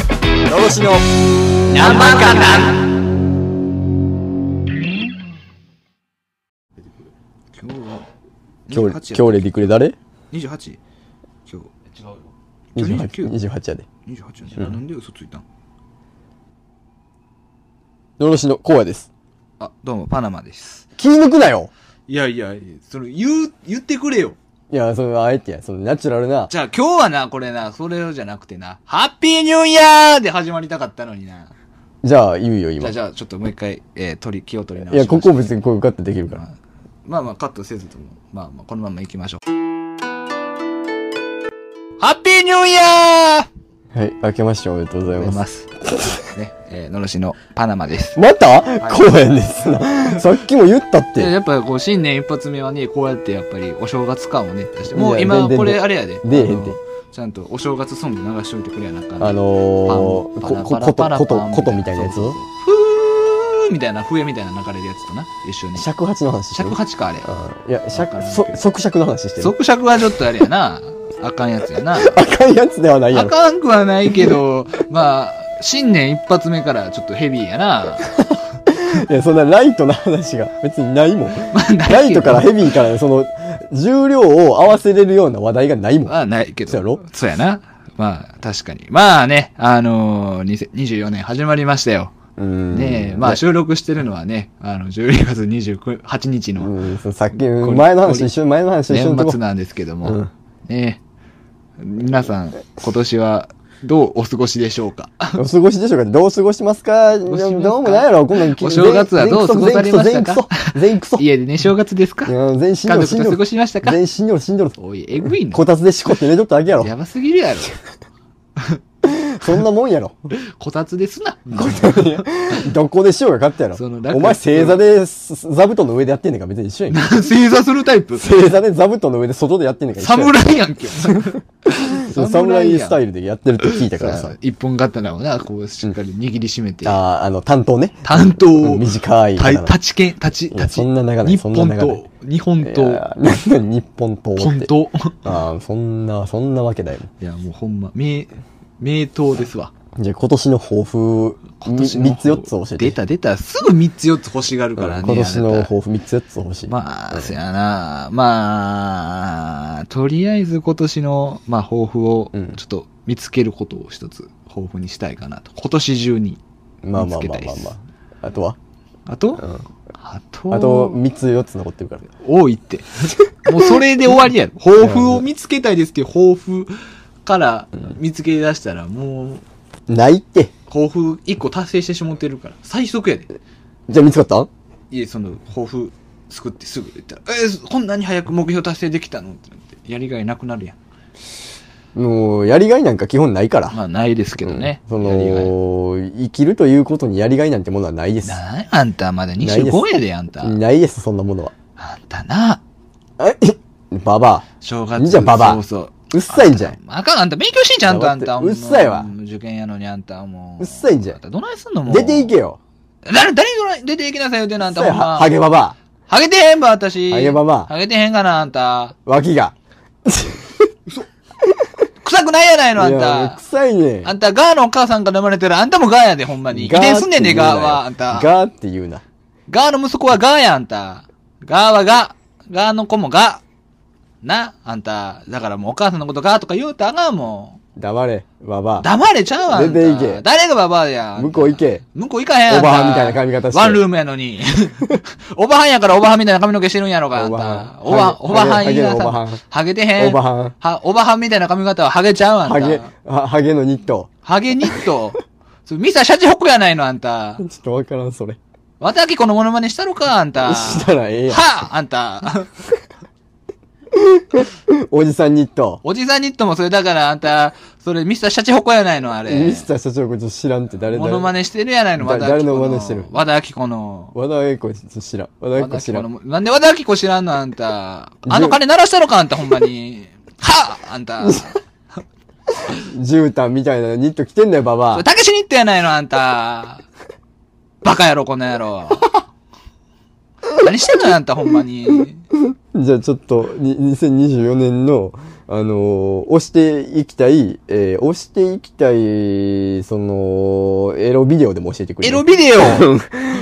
越しの何万かなん今日は今日、今日レディクレ誰二十八。今日違うよ今日 ?28。28やで。二十八やね。なんで嘘ついたん？のろしの荒野です。あ、どうもパナマです。気抜くなよいやいや、その言う言ってくれよ。いや、その、あえてや、その、ナチュラルな。じゃあ今日はな、これな、それじゃなくてな、ハッピーニューイヤーで始まりたかったのにな。じゃあ、言うよ、じゃ今。あいじゃあちょっともう一回、えー、取り気を取り直しや、ここま別にこう、カットできるかしたら。まあまあカットせずとも、まあまあこのまま行きましょう。ハッピーニューイヤー。はい、明けましておめでとうござい思いま。ますす。ね、えー、のろしのパナマです。また荒野ですな。さっきも言ったっいやて。やっぱこう新年一発目はねこうやってやっぱりお正月感をね出していやもう今でんでんこれでんあれやででえへんてあのちゃんとお正月ソング流しといてくれやなあかんあのー、こ、パンこ、パラこパと、ラこパとラパン、ことみたいなやつそうをそうそうふーみたいな笛みたいな流れるやつとな一緒に尺八の話してる尺八かあれうんいや、尺わからんけそど即尺の話してる。即尺はちょっとあれやなあかんやつやなあかんやつではないやあろ。かんくはないけどまあ新年一発目からちょっとヘビーやないや、そんなライトな話が別にないもん。まあなラいイけどトからヘビーから、その、重量を合わせれるような話題がないもん。はないけど。そうやろそうやな。まあ、確かに。まあね、あのー、24年始まりましたよ。うんねえ、まあ収録してるのはね、あの、12月28日うのん、そうさっき、これ前の話一緒に、前の話一緒にと年末こ。なんですけども、うんねえ、皆さん、今年はどうお過ごしでしょうかお過ごしでしょうかどう過ごしてますかごしますかどうもないやろこんなんお正月はどう過ごされましたか全クソ全家でね、正月ですかクソ全家ク族ソと全過クソごしましたか全員死んどる死んどる全員死んどおい、えぐいるなこ。たつでしこって寝とっただけやろやばすぎ るやろ。そんなもんやろ こたつですな。どこでしようが勝ったやろそのだからお前正座です座布団の上でやってんねんから別に一緒やん け 正座するタイプ正座で座布団の上で外でやってんねんから一緒やん侍やんけ。そう侍スタイルでやってるって聞いたからそうさそう一本刀をな、こう、しっかり握りしめて、あーあの担当ね担当うんを、短いた刀立ち剣、立ち、いや立ち。そんな長ない日そん本な長ない刀、日本い刀、やーなんで日本刀本って。刀。ああ、そんな、そんなわけだよ。いや、もうほんま、名、名刀ですわ。じゃあ今年の抱負、今み年の三抱負つ四つ教えて。出た出た、すぐ三つ四つ欲しがるうからんね。今年あのなた抱負三つ四つ欲しい。まあ、そやな。まあ、とりあえず今年の、まあ、抱負をうん、ちょっと見つけることを一つ、抱負にしたいかなと。今年中に。まあまあ見つまあけたいまっあすまあ。あとはあと、うん。あと、あと、三つ四つ残ってるから。多 いって。もうそれで終わりやろ。抱負を見つけたいですっていう抱負から見つけ出したら、もう、ないって。抱負一個達成してしもってるから。最速やで。じゃあ見つかったんいえ、その、抱負作ってすぐ言ったら、えーこんなに早く目標達成できたのってなって、やりがいなくなるやん。もう、やりがいなんか基本ないから。まあ、ないですけどね。そやりがいの、生きるということにやりがいなんてものはないです。なああんたまだないです25やで、あんた。あんないです、そんなものは。たな、え、ババア。正月。いいじゃんババアそうそう。うっさいんじゃん。あかん、あんた勉強しんちゃんと、あんた。うっさいわもう受験やのに、あんた、もう。うっさいんじゃんあたどないすんのもう。出ていけよ。誰、誰にどない出ていきなさいよってな、あんた。さあほんまハゲババア。ハゲてへんば、私。ハゲババハゲてへんがな、あんた。脇が。臭くないやないの、あんいやた。臭いね。あんた、ガーのお母さんから生まれてる。あんたもガーやで、ほんまに。遺ガー伝すんねんで、って言うなガーよは、あんた。ガーガーって言うな。の息子はガーや、あんた。ガーはガー。ガーの子もガー。な、あんた。だからもうお母さんのことガーとか言うたらあかんも黙れ、ババん。黙れちゃうわ、あんた。出ていけ誰がババアや。あんた向こう行け。向こう行かへんやん。おばはんみたいな髪型してワンルームや のに。おばはんやからおばはんみたいな髪の毛してるんやろか、あんた。おおばばはん、おばはん言いなハゲおばはさんい。ハゲてア。へん。おばはん。は、おばはんみたいな髪型はハゲちゃうあんた。ハゲ、はハゲのニット。ハゲニット。そうミサシャチホコやないの、あんたちょ。っとわからん、それ。わたあきこのモノマネしたろか、あ んた。したらええやん。はあ、あんた。おじさんニット。おじさんニットもそれだから、あんた、それミスターシャチホコやないの、あれミ。スター社長こちょっと知らんって誰モノマだネしてるやないの、だ和田アキ子誰のモノマネしてる和田アキ子の。和田英子ちょっと知らん。和田英子知ら和田アキん。子のなんで和田アキ子知らんの、あんた。あの鐘鳴らしたろか、あんた、ほんまに。はあ、あんた。絨毯みたいなニット着てんだよ、バそバれたけしニットやないの、あんた。バカ野郎、この野郎。何してんのよ、あんた、ほんまに。ア。じゃあちょっと、に2024年のあのー、押していきたい、えー、押していきたい、その、エロビデオでも教えてくれエる。ロビデオ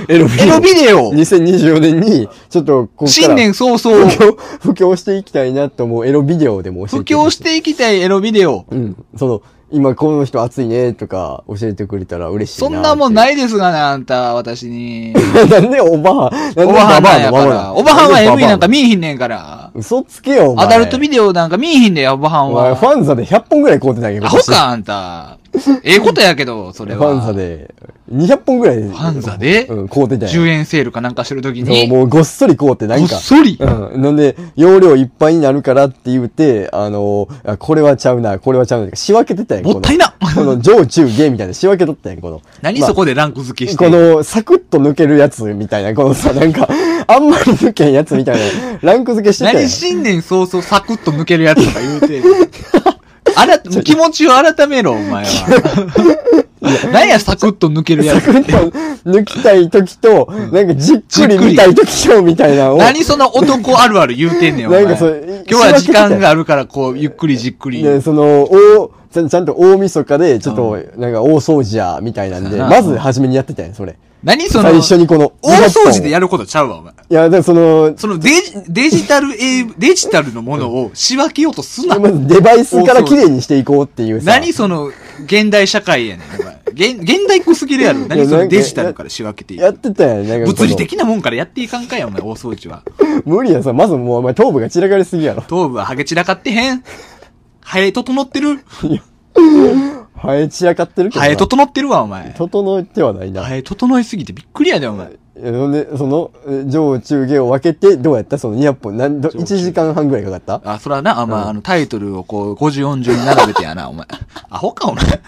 エロビエロビデオ2024年に、ちょっと、ここか新ら、年早々、布教、布教していきたいなと思うエロビデオでも教えて布くれる教していきたいエロビデオ。うん。その、今この人熱いねとか教えてくれたら嬉しいな。。そんなもんないいですがね、あんた、私に。 なんでおばはん、なんでおおばばははんんなんなやのかババら。おばはんは MV なんか見見えへんねんから。嘘つけよ、お前。アダルトビデオなんか見えへんねん、おばはんお前、はフ。ァンザで100本ぐらい買うてたんやけど。アホか、あんた。ええことやけど、そフれは。ァンザ。で、200本ぐらい。ファンザでうん、買うてたんや。 10円セールかなんかしてるときそう、に、もうごっそり買うて、なごんっか。そり。うん。なんで、容量いっぱいになるからって言うて、あの、あこれはちゃうな、これはちゃうな、仕分けてたんやんもったいなこの、上中下みたいな仕分けとったんやんこの。何まあそこでランク付けして。この、サクッと抜けるやつみたいな、このさ、なんか、 あんまり抜けんやつみたいな、ランク付けしてたや何ん。新年早々サクッと抜けるやつとか言う て。あら、気持ちを改めろ、お前は。何や、サクッと抜けるやサつ。クッと抜きたい時と、なんかじっくり見たい時と、みたいなのを。何その男あるある言うてんねん、お前。なんかそれ今日は時間があるから、こう、ゆっくりじっくり。で、その、おちゃんちゃんと大晦日で、ちょっと、なんか大掃除や、みたいなんそうで、やなまず初めにやってたやん、それ。何その、最初にこの、大掃除でやる。ることちゃうわ、お前。いや、で、その、そのデジ、デジタル、えーデジタルのものを仕分けようとすな。まずデバイスから綺麗にしていこうっていうさ。何その、現代社会やねん、お前。現、現代っ子すぎるやろ。何そなのんかデジタルから仕分けていやっく。てたやん、なんかこの。物理的なもんからやっていかんかい、お前、大掃除は。無理やさ、まずもう、お前頭部が散らかりすぎやろ。頭部はハゲ散らかってへん。ハエ整ってる生え散らかってるけどな。ハエ整ってるわ、お前。整えてはないな。ハエ整いすぎてびっくりやで、お前。えほんで、その、え上中下を分けて、どうやったその200本、なんど、上中1時間半ぐらいかかったあ、そらな、あ、まあ、あの、タイトルをこう、50、40に並べてやな、お前。アホか、お前。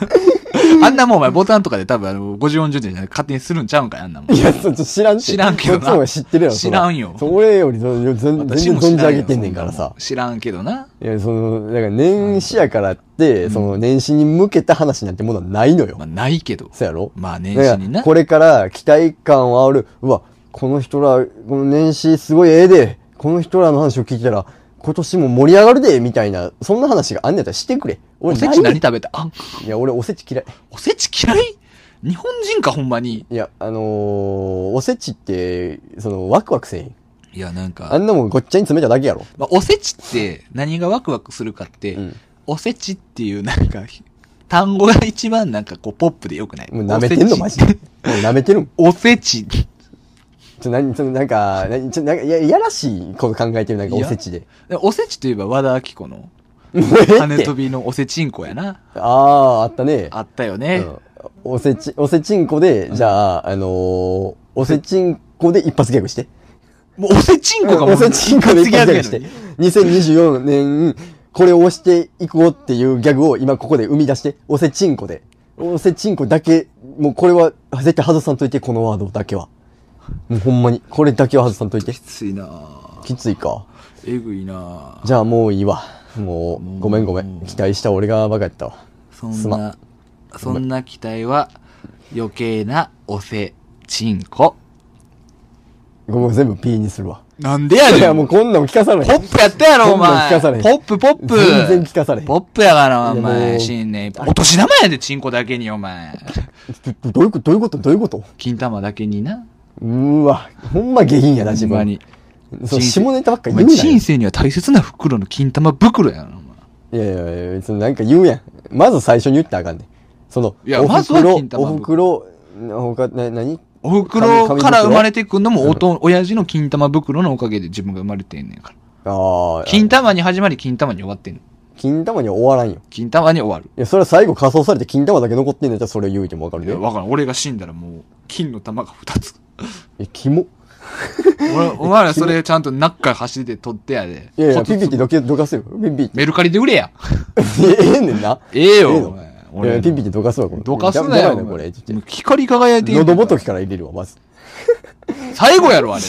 あんなもん、お前、ボタンとかで多分、あの、50、40で勝手にするんちゃうんかい、あんなもん。いや、そそ知らんって知らんけそどなっちの方が知ってるやろ。そら知らんよそ俺よりそ全全私然も知存らじん上よげてんねんからさ。。知らんけどな。いや、その、だから年始やからって、その年始に向けた話なんてものはないのよ。まあ、ないけど。そうやろまあ、年だ始かにらな。これから期待感はある。うわ、この人ら、この年始すごいええで、この人らの話を聞いたら、今年も盛り上がるで、みたいな、そんな話があんねやったらしてくれ。お俺せないちねん何食べたあ、いや、俺おせち嫌い。おせち嫌い日本人か、ほんまに。いや、あのー、おせちって、その、ワクワクせえへん。いや、なんかあ、んなもんごっちゃに詰めただけやろ。まあ、おせちって、何がワクワクするかって、うんおせちっていう、なんか、単語が一番なんかこう、ポップでよくないもう舐めてんのマジで。もう舐めてるん。おせち。おせちちょ、なに、ちょ、なんか、なに、ちょ、なんか、いや、いやらしいこと考えてる、なんかいおやせち で。でおせちといえば和田アキ子の羽羽飛びのおせちんこやな。 ああー、あったね。あったよね。うんおせち、おせちんこで、じゃあ、あのー、おせちんこで一発ギャグして。もうおせちんこがもう、おせちんこで一発ギャグして 一発ギャグやのに。 2024年、これを押していこうっていうギャグを今ここで生み出して、おせちんこで。おせちんこだけ、もうこれは絶対外さんといて、このワードだけは。もうほんまに、これだけは外さんといてき。ついなぁきついか。えぐいなぁじゃあもういいわ。もう、ごめんごめん。期待した俺がバカやったわ。そすんまな、そんな期待は余計なおせちんこ。ごめん、全部 P にするわ。なんでやいねや、ん。もうポこんなん聞かさない。ップやったやろ、お前。ポどんどん聞かされへんップ、ポップ。全然聞かされへんポップやから、おいやも前。う新年。お年玉やで、ちんこだけに、お前。どどういうことどういうことどういうこと金玉だけにな。うーわ、ほんま下品やな、自ほんま分。に。そう人生下ネタばっかお言前うなよ人。生には大切な袋の金玉袋やな、お前。いやいやいや、そのなんか言うやん。まず最初に言ってあかんねん。その、いやおまずは袋、金玉お袋、ほか、な、なにお紙袋紙袋から生まれてくんのも、おと、親父の金玉袋のおかげで自分が生まれてんねんから。ああ、金玉に始まり、金玉に終わってんの。金玉には終わらんよ。金玉に終わる。いや、それは最後仮装されて金玉だけ残ってんねんやったらそれを言うてもわかるいで。や、わからん。俺が死んだらもう、金の玉が二つ。え、キモ。 俺、お前らそれちゃんと中から走って取ってやで。いやいや、こつピつピってどけ、どかすよ。ピ ピって。メルカリで売れや。ええねんな。ええよ、ええのお前いや、俺。ピピってどかすわ、これ。どかすなダメだよ。お前これ。って言もっう光り輝いてて。る。喉仏から入れるわ、まず。 最後や ろ、あれ。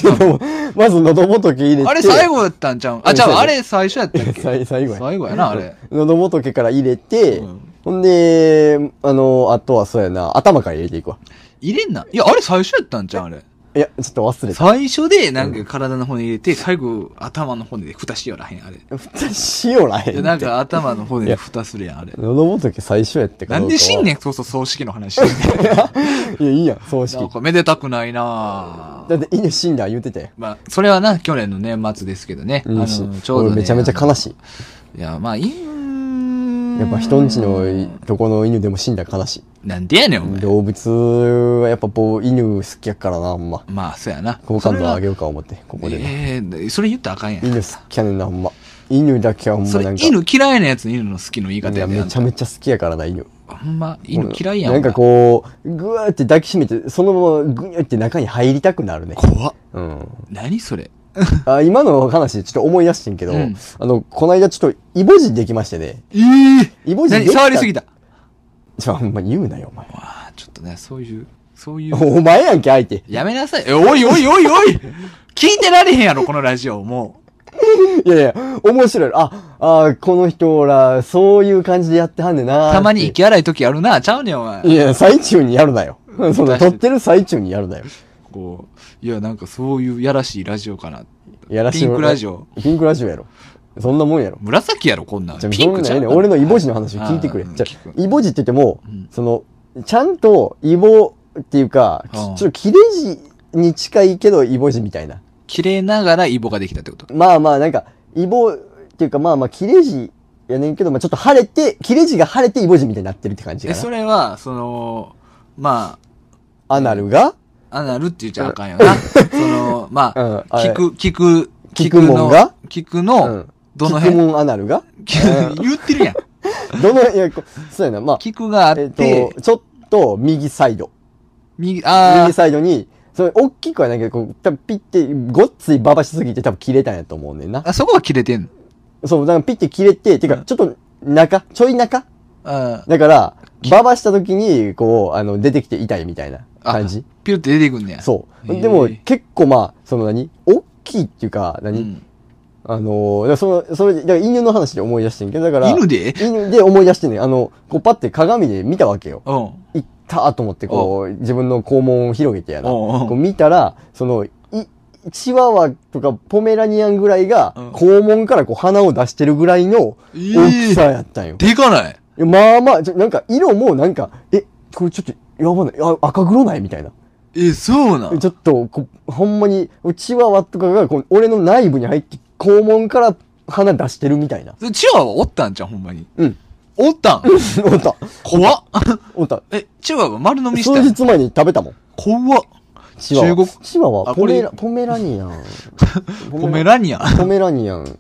まず喉仏入れて。あれ最後やったんちゃうんあ、じゃあ、あれ最初やったっ け最最後や。最後やな、あれ。喉仏から入れて、うんほんで、あの、あとはそうやな、頭から入れていくわ。入れんな。いや、あれ最初やったんちゃうんあれ。えいや、ちょっと忘れた。最初で、なんか体の方に入れて、最後、頭の方で蓋しよらへん、あれ。ふたしおらへんって。で、なんか頭の方で蓋するやん、あれ。喉仏最初やってかなどんうかはで新年そうそう葬式の話してんねんいや、いいやん、葬式なん。かめでたくないなぁだって犬死んだ言うてたやん。まあ、それはな、去年の年末ですけどね。あ犬の、死ちょんうど、ね。俺めちゃめちゃ悲しいや、まあ、いいい。やっぱ人んちのとこの犬でも死んだら悲しなんでやねん、おい。前。動物はやっぱこう、犬好きやからな、ほんま。まあ、そうやな。好感度上げよようか思って、ここでな。ええそれ言ったらあかんやん。犬好きやねんな、ほんま。犬だけはほんまそなれん、か。犬嫌いなやつに犬の好きの言いい方ややめめちゃめちゃ好きやからな、犬。ほんま、犬嫌いやん。なんかこう、ぐわーって抱きしめて、そのままぐにゃって中に入りたくなるね。う。怖っ。うん。何それ。あ今の話、ちょっと思い出してんけど、うんあの、この間ちょっと、イボジできましてね。ええイボジで何きた触りすぎた。ちょ、ほんま言うなよ、お前。わあ、ちょっとね、そういう、そういう。お前やんけ、相手。いやめなさい。えおいおいおいおい聞いてられへんやろ、このラジオ。もやいや、面白い。あ、あこの人ら、そういう感じでやってはんねんう。な。たまに息荒い時やるな、ちゃうねん、お前い。や、最中にやるなよ。 その、出して撮ってる最中にやるなよ。こう、いや、なんかそういうやらしいラジオかな。やらしいピンクラジオ。ピンクラジオやろ。そんなもんやろ。紫やろ、こんなん。じゃあピンクちそゃんうなんええねかん俺のイボジの話を聞いてくれ。あーじゃ聞くあイボジって言っても、うんその、ちゃんとイボっていうか、きうんちょっと切れ字に近いけどイボジみたいな。切れながらイボができたってこと。まあまあ、なんか、イボっていうかまあまあ、切れ字やねんけど、まあちょっと晴れて、切れ字が晴れてイボジみたいになってるって感じえ、かそな。れは、その、まアナルがあ、アナルって言っちゃあかんよな。その、ま うあん、あれ聞く、聞く、聞くもんが聞くうのん、どのキ辺モンアナルが 言ってるやん。どの、いや、こそうやな、まあ、聞くがあっ、えってと、ちょっと右サイド。右、あ右ーサイドに、それ大きくはないけど、こう、多分ピッて、ごっついばばしすぎて多分切れたんやと思うねんな。あ、そこは切れてんの。そう、だからピッて切れて、ていううか、ちょっと中、ちょい中あーだから、ばばした時に、こう、あの、出てきて痛いみたいなあ感じ。ピュって出てくんねや。そう。へえでも、結構まあ、その何大きいっていうか、う何、ん。あのー、だからその、それ、だから犬の話で思い出してんけど、だから、犬で犬で思い出してんねんあの、こうパッて鏡で見たわけよ。うん。行ったーと思って、こう、自分の肛門を広げてやな。おうおうこう見たら、その、い、チワワとかポメラニアンぐらいが、うん肛門からこう鼻を出してるぐらいのええ大きさやったんよ。でかない。いやまあまあ、ちょなんか色もなんか、え、これちょっと、やばない、あ赤黒ないみたいな。え、そうなん。ちょっとこう、ほんまに、チワワとかがこう俺の内部に入って、肛門から鼻出してるみたいな。それチワワおったんじゃん、ほんまに。うん。 おったんおった、怖っ。おった。 え、チワワ丸飲みし数たん日前に食べたもん。怖っ。チワワ。中国チワワ、あポこメれラ、ポメラニアン。 ポメラニアン。ポメラニアン。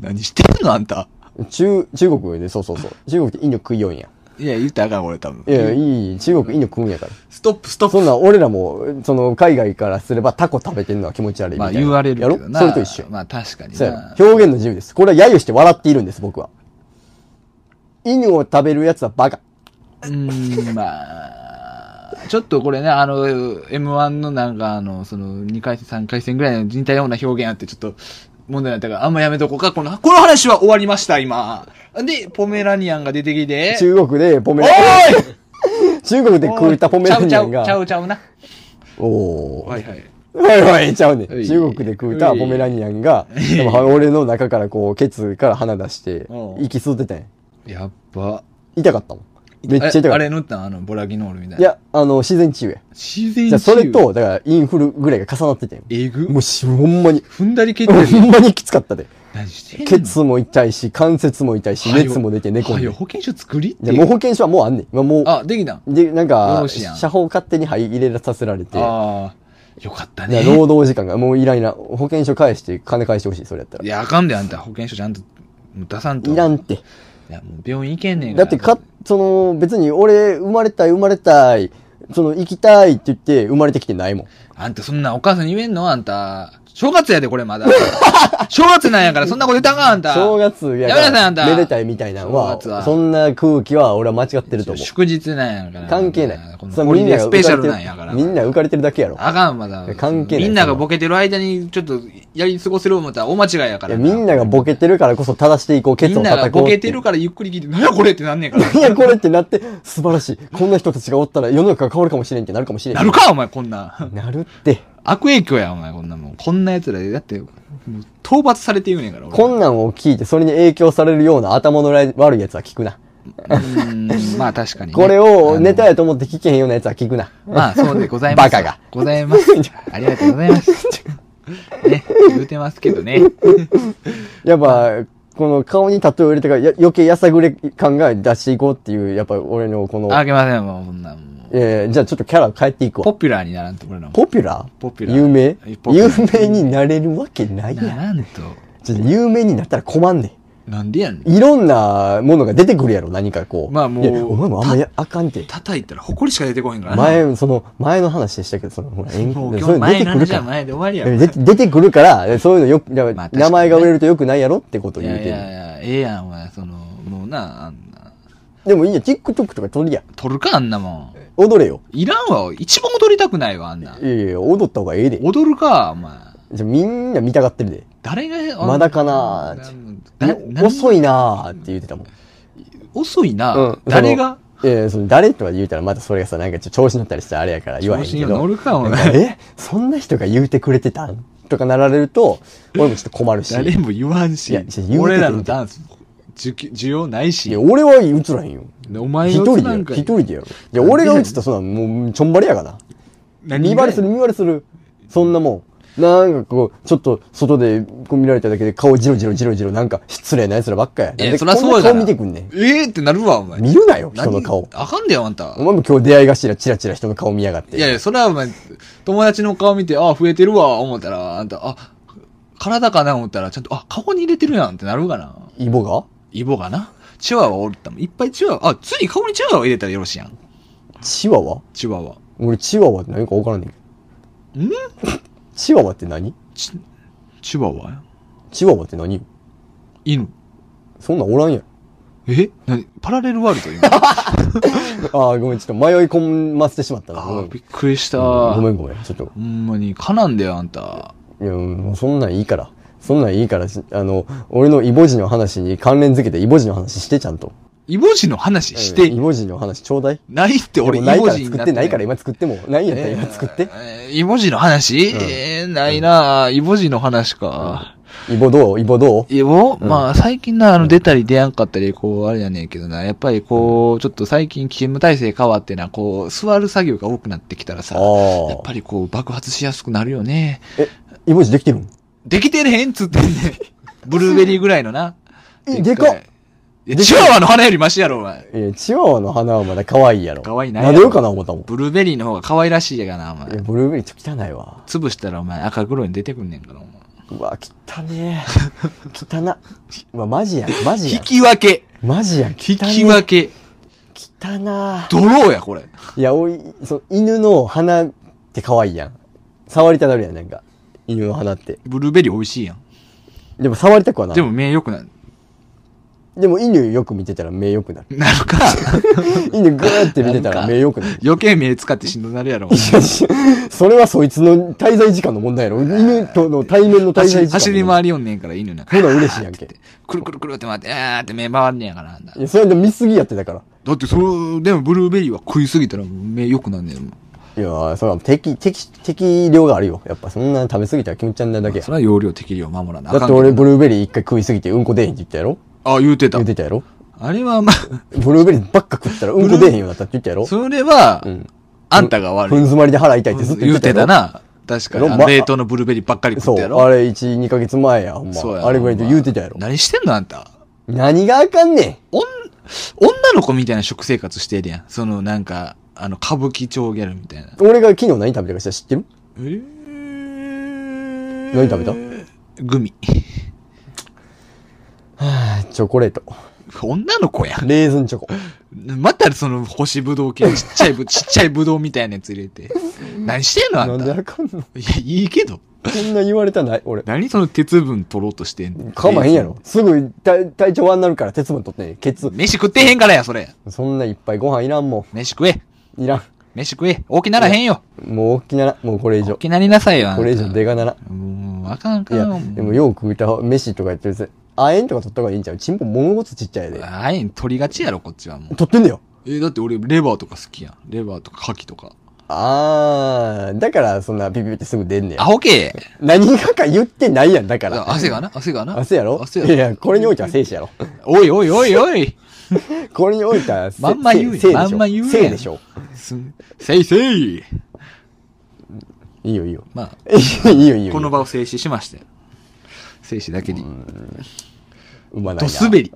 何してんのあんた。中、中国で、そうそうそう。中国って犬食いよんや。いや、言ったらあかん、俺多分。いや、いい、中国犬食うんやから。ストップ、ストッそんプ。なん俺らも、その、海外からすればタコ食べてんのは気持ち悪いみまたあいな。言われるけどな。やろそれと一緒。まあ確かにそうやろな。表現の自由です。これは揶揄して笑っているんです、僕は。犬を食べるやつはバカ。うーん、まあ。ちょっとこれね、あの、M1 のなんか、あの、その、2回戦、3回戦ぐらいの似たような表現あって、ちょっと、問題になったから、あんまやめとこうか。この、この話は終わりました、今。で、ポメラニアンが出てきて、中国でポメおラい 中国で食うたポメラニアンが。ちゃうちゃうちゃうちゃうな。おー。はいはい。はいはい、ちゃうねん。うい中国で食うたポメラニアンが、ういでもは俺の中からこう、ケツから鼻出して、うん息吸ってたんや。やっば。痛かったもん。めっちゃ痛かっあれた。あれ塗ったんあの、ボラギノールみたいな。い、や、あの、自然治癒や。自然治癒じゃあそれ、と、だから、インフルぐらいが重なってたよ。えぐ。もうし、ほんまに、踏んだり蹴ってるほんまにきつかったで。何してんのケツも痛いし、関節も痛いし、熱も出て寝込んはでよ、。保険証作りっじて。ゃあもう保険証はもうあんねん。まあ、もう、あ、できたん。で、なんよか、ろしいやん社保勝手に入れさせられて、ああ、よかったじゃねあ。労働時間がもういらんいらん。保険証返して、金返してほしい、それやったらい。や、あかんで、あんた。保険証ちゃんと出さんと。いらんいって。や、もう病院行けんねんだってか、その、別に俺、生まれたい、生まれたい、その、行きたいって言って、生まれてきてないもん。あんた、そんなお母さんに言えんのあんた。正月やで、こ れまだ。正月なんやから、そんなこと言ったんか、あんた。正月ややめなさいあかんたら、めでたいみたいなの正は月は、そんな空気は俺は間違ってると思う。祝日なんやから。関係なあんいたこ。のそホれみリんなデーが浮スかペれシてャるルなんやから。みんな浮かれてるだけやろ。あかん、まだ。関係ないみんながボケてる間に、ちょっと、やり過ごせる思ったら大間違いやかいやら。みんながボケてるからこそ正していこう、ケみツんをなが叩こう。ボケてる。からゆっくり聞いて、なんやこれってな んねんから。いや、これってなって、素晴らしい。こんな人たちがおったら世の中が変わるかもしれんってなるかもしれん。なるか、お前、こんなん。なるって。悪影響や、お前、こんなもん。こんな奴らで、だって、もう討伐されていくねんから、俺こんなんを聞いて、それに影響されるような頭の悪いやつは聞くな。うん、まあ確かにね、これをネタあやと思って聞けへんようなやつは聞くな。のまあそうでございます。バカが。ございます。ありがとうございます。ね、言うてますけどね。やっぱ、この顔にタトゥーを入れてからや余計やさぐれ感が出していこうっていう、やっぱ俺のこの、あげません、もう、そんなんもう。えー、じゃあちょっとキャラ変えていくポわ。ピュラーにならんと、俺らも。ポピュラーポピュラー有名ポピュラー有名になれるわけないなやん。らんと。ちょっと有名になったら困んねん。なんでやねん。いろんなものが出てくるやろ、何かこう。まあもういや、お前もあんまやあかんて。叩いたら埃しか出てこへんからな。前、その、前の話でしたけど、その、ほら、演もうで今そうい日うの出て前のくる話はから。前で終わりやから。で出てくるから、そういうのよく、まあ確かにね名前が売れるとよくないやろってことをい言うやている。やいや、ええやん、お前、その、もうな、あんな。でもいいや、TikTok とか撮りや。撮るか、あんなもん。踊れよ。いらんわ、一番踊りたくないわ、あんな。いやいや、踊った方がええで。踊るか、お前。じゃあみんな見たがってるで。誰が、まだかなーって。遅い。いなーって言ってたもん。遅いな。うん誰がええ、その誰とか言うたらまたそれがさ、なんかちょっと調子乗ったりしてあれやから言わへん調子けにど。乗るかお前なんえそんな人が言うてくれてたんとかなられると、俺もちょっと困るし。 誰も言わんしいやちょ言うてくれて俺らのダンス、需給需要ないいや、し。俺は映らへんよ。お前一人のやでつやなんる。か一人でやる。いや、俺が映ったらそんなもう、ちょんばりやがな。何見がバレする、見バレする。そんなもん。なんかこう、ちょっと外でこう見られただけで顔ジロジロジロジロ、なんか失礼な奴らばっかや。いなんでや、そりゃこんそなうやから。顔見てくんねん。ええってなるわ、お前。見るなよ、人の顔何。あかんだよ、あんたお。前も今日出会い頭チラチラ人の顔見やがって。いやいや、それはお前、友達の顔見て、あ、増えてるわ、思ったら、あんた、あ、体かな思ったら、ちゃんと、あ、顔に入れてるやんってなるかな。イボがイボがな。チワワおったもん。いっぱいチワワ、あ、ついに顔にチワワ入れたらよろしいやん。チワワチワワ。俺チワワって何か分からんねんけど。んチワワって何チ、チワワやチワワって何犬。そんなんおらんやん。え何パラレルワールド 今。ああ、ごめん、ちょっと迷い込ませてしまったな。あごあ、めんびっくりした。ごめほんごめん、ちょっと。んまに、かなんだよ、あんた。いや、もうそんなんいいから。そんなんいいから、しあの、俺のイボジの話に関連づけてイボジの話してちゃんと。イボジの話して、イボジの話ちょうだい。ないって俺、でイもないかボらジに作なっっててないから今。今作っても。ないやったらえー今作って。えーイボジの話、うんえーないなあイボジの話か。イボどうイボどうイボ、うんまあ、最近な、あの、出たり出やんかったり、こう、あれやねんけどな、やっぱりこう、ちょっと最近勤務体制変わってな、こう、座る作業が多くなってきたらさ、やっあぱあ。りこう、爆発しやすくなるよね。イボジできてるんできてるへんっつってんねん。ブルーベリーぐらいのな。えでかっいいやチワワの花よりマシやろ、お前。え、チワワの花はまだ可愛いやろ。可愛いななでようかな思ったもん。ブルーベリーの方が可愛らしいやがな、おい前や。ブルーベリーちょっと汚いわ。潰したらお前赤黒に出てくんねんから、お前。うわ、汚ねえ。汚 な。うわ、マジやん、マジや引ん。き分けマジやん、汚引ねき分けえ。汚なドローや、これ。いや、おい、その、犬の鼻って可愛いやん。触りたなるやん、なんか。犬の鼻って。ブルーベリー美味しいやん。でも触りたくはない。ででも、も目良くない。犬よく見てたら目良く なる。なるか。犬ぐーって見てたなんらか目良くなる。 余計目使ってしんどなる やろ。いやいやそれはそいつの滞在時間の問題やろ。犬との対面の滞在時間走の問題。り走り回りよんねんから犬な。ほな嬉しいやんけ あーってくるくるくるって回って、あーって目回んねやから。いや、それで見すぎやってだから。だってそれ、でもブルーベリーは食いすぎたら目良くなんねんもん。いやー、それは適、適、適量があるよ。やっぱそんな食べ過ぎたら気持ち悪いだけやそ。れは容量適量守らなあかだんっけてど俺ブルーベリー一回食いすぎてうんこ出えへんって言ったやろあ、言うてた言っ。てたやろあれはまブルーベリーばっか食ったらうんこ出えへんようになったって言ったやあ、ろ それはう、ん。あんたが悪ふんい。詰まりで腹痛いってずっと言言っうててたやたろ。な。確かにやろあの。ま冷凍のブルーベリーばっかり食っそたやう。ろ。あれ、1、2ヶ月前や、ほんそうやま。なあれぐらいで言うてたやろ。何してんのあんた。何があかんねん。おん、女の子みたいな食生活してるやん。そのなんか、あの、歌舞伎町ギャルみたいな。俺が昨日何食べたか知ってるえー何食べたグミ。 はぁ、チョコレート。女の子やん。レーズンチョコ。またその、干しぶどう系、ちっちゃい ぶ、ちっちゃいぶどうみたいなやつ入れて。何してんのあなんんた。でいあかんのや、いいけど。そんな言われたない、俺。何その鉄分取ろうとしてんのかまへんやろ。。すぐ体体調悪になるから鉄分取ってね。ケツ。飯食ってへんからや、それ。そんないっぱいご飯いらんも飯食え。ん。いらん。飯食え。大きならへんよ。もう大きなら、もうこれ以大上。きなりなさいよ。あんたこれ以上でかなら。もう、あかんあいかや、ん。でもよく食いた飯とか言ってるぜ。あえんとか取った方がいいんちゃうチンポものごつちっちゃいで。あいん取りがちやろ、こっちはもう。取ってんだよ。え、だって俺、レバーとか好きやん。レバーとか、牡蠣とか。あー、だからそんなピピピってすぐ出んねアや。ホけ何がか言ってないやん、だから。汗がな、汗がな。汗やろ汗いやや、これにおいては精子 やろ。ろ。おいおいおいおい。これにおいてはせ、まんま言うやせ性でんしょまんま言うやん性でしょ。すんせいせい。いいよいいよ。まあ、いいよいいよ。この場。場を静止しまして。静止だけに。うまないな。ド スベリ。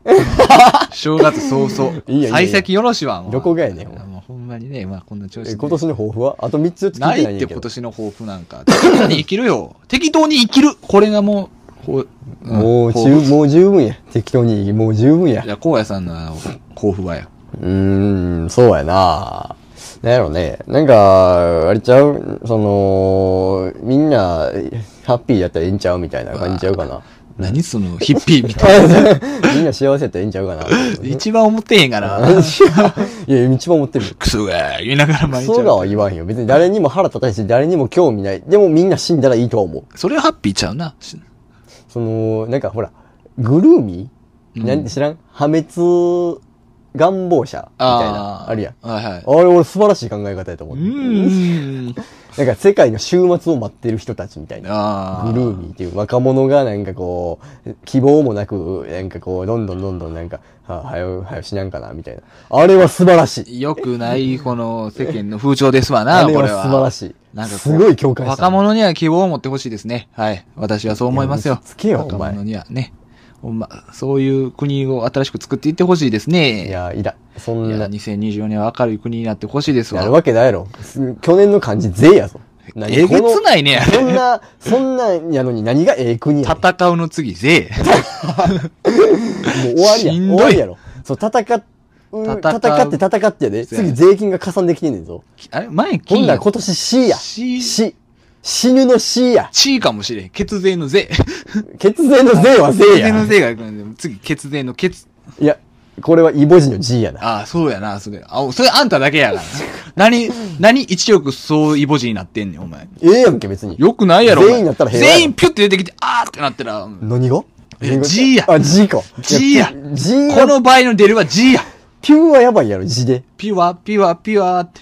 正月早いい々。や幸先よろしは。もうどこがやねんお前もうほんまにね、まあこんな調子えで。今年の抱負はあと3つ聞いてなないいねんっけてど今年の抱負な んか。適当に生きるよ。適当に生きる。これがもう、ほうんもう、抱十負もう十分や。適当に、もう十分やい。や、荒野さんの抱負はよ。うーん、そうやな。なんやろね。なんか、あれちゃうその、みんな、ハッピーやったらええんちゃうみたいな感じちゃうかな。何そのヒッピ ーみたいみんな幸せやったらええんちゃうかな。な。一番思ってへんがな。いや、一番思ってる。クソが言いながら毎日。そうだは言わんよ。別に誰にも腹立たないし、誰にも興味ない。でもみんな死んだらいいとは思う。それはハッピーちゃうな。しその、なんかほら、グルーミーなんて知らん破滅願望者みたいな。ああるやん。ーはいはい。あれ俺素晴らしい考え方やと思うって。ーん。なんか世界の終末を待ってる人たちみたいな。あグルーミーっていう若者がなんかこう、希望もなく、なんかこう、どんどんどんどんなんか、ははよ、はよしなんかな、みたいな。あれは素晴らしい。よくない、この世間の風潮ですわな、あこれれはは。素晴らしいなんかこうすごい共感した若者には希望を持ってほしいですね。はい。私はそう思いますいやよ。落ち着けよ若お前者にはね。ほんま、そういう国を新しく作っていってほしいですね。いいや、や、いら、そんな、 2024年は明るい国になってほしいですなわる。わけないやろ。す去年の漢字税やぞ。何えげこのつないね。そんな、そんなんやのに何がええ国やねん戦うの 次、税。もう終わりや。し終んどいわりやろ。そう、戦っ、う戦う戦って戦ってやで。そうや次ね税金が加算できてんねんぞ。あれ前ほん金ならや。今年 C や。 C 死。死ぬの C や。地位かもしれん。血税の税。血税の税は税血税やの。税がいくんで、次、血税の血。いや、これはイボジの G やな。ああ、そうやな、それ。あ、それあんただけ やからな。何、何一億総イボジになってんねん、お前。ええやんけ、別に。よくないやろ。お前全員なったら平和やろ全員ピュって出てきて、あーってなったら、こ何がいや G やあ、G か。 G やい G や。この、の場合の出るは G や。ピューはやばいやろ、字で。ピュア、ピュア、ピュアって。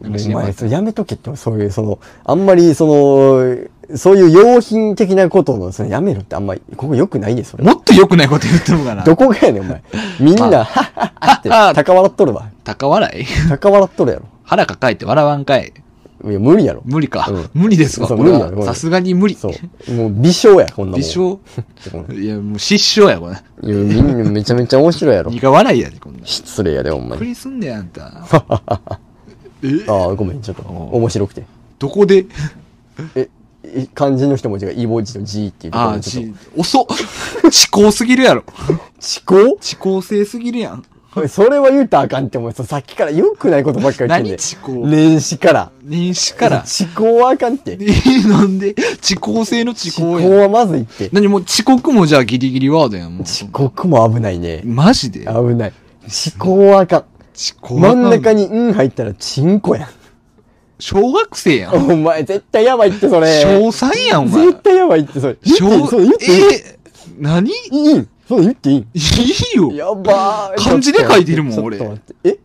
おなんか知らん前、それやめとけって、そういう、その、あんまり、その、そういう用品的なことの、そのやめろってあんまり、ここ良くないで、それ。もっと良くないこと言ってるのかな。どこがやねん、お前。みんな、はっはっは って、高笑っとるわ。高笑い高笑っとるや腹抱えて笑わんかい。ろ。いや、無理やろ。無理か。うん無理ですわ、そうこれ無理だよこは。れさすがに無理。そう。もう、微笑や、こんなもん。微笑うんいや、もう失笑や、これ。いや、みんなめちゃめちゃ面白いや ろ。苦笑いやで、こんな。 び失礼やで、ほんまっくに。りすんねや、あんた。 えああ、ごめん、ちょっと、面白くて。どこでえ、え漢字の一文字がイボ字の G っていうところああ、でちょっち、遅っ 遅行すぎるやろ。と。遅考遅行性すぎるやん。おいそれは言うたらあかんって、お前、そうさっきから良くないことばっかり言ってんねん。何遅考年始から。年始 から。遅考はあかんって。なんで遅行性の遅遅行考やん。はまずいって。何もう遅刻もじゃあギリギリワードやん、もう。遅刻も危ないね。マジで危ない。遅考はあかん。遅刻真ん中に「うん」入ったらチンコやん。小学生やん。お前絶対やばいってそれ。小3やん、お前。絶対やばいってそれ。言っていいそ小う言っ、ていいえー何い いいその言っていいいよ。やばー漢字で書いてるもんちょっと俺ちょっと待って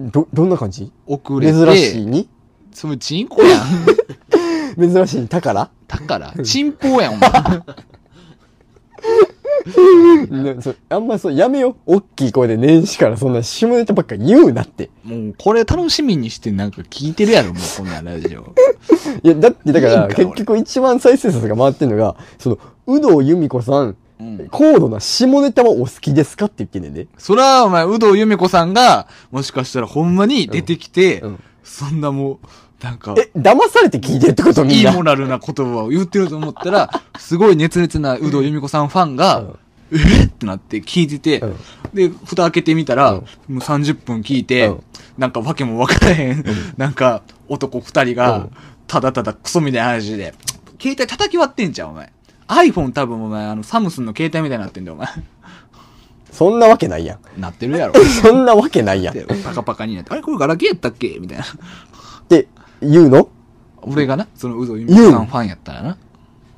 えど、どんな感じ遅れて。珍しいにそれチンコやん。珍しいに宝だから、チンポやん、お前。 ねそあんまそう、やめよ。大きい声で年始からそんな下ネタばっか言うなって。もう、これ楽しみにしてなんか聞いてるやろ、もう、こんなラジオ。いや、だってだかいいんら、か結局一番再生数が回ってるのが、その、有働由美子さん、うん高度な下ネタはお好きですかって言ってんねんで。そら、お前、有働由美子さんが、もしかしたらほんまに出てきて、うんうんそんなもう、なんか、え、騙されて聞いてるってことみいんいな。モラルな言葉を言ってると思っ たら、すごい熱烈な有働由美子さんファンが、うんえっってなって聞いてて、うんで、蓋開けてみたら、うんもう30分聞いて、うんなんかわけもわからへん、なんか男2人うがん、ただただクソみたいな話で、携帯叩き割ってんじゃん、お前。iPhone 多分お前、あの、サムスンの携帯みたいになってんだよ、お前。そんなわけない やん。なってるやろ。 そんなわけないやん。っでパカパカになって、あれこれガラケーやったっけみたいな。て言うの俺がな、その有働由美子さんファンやったらな。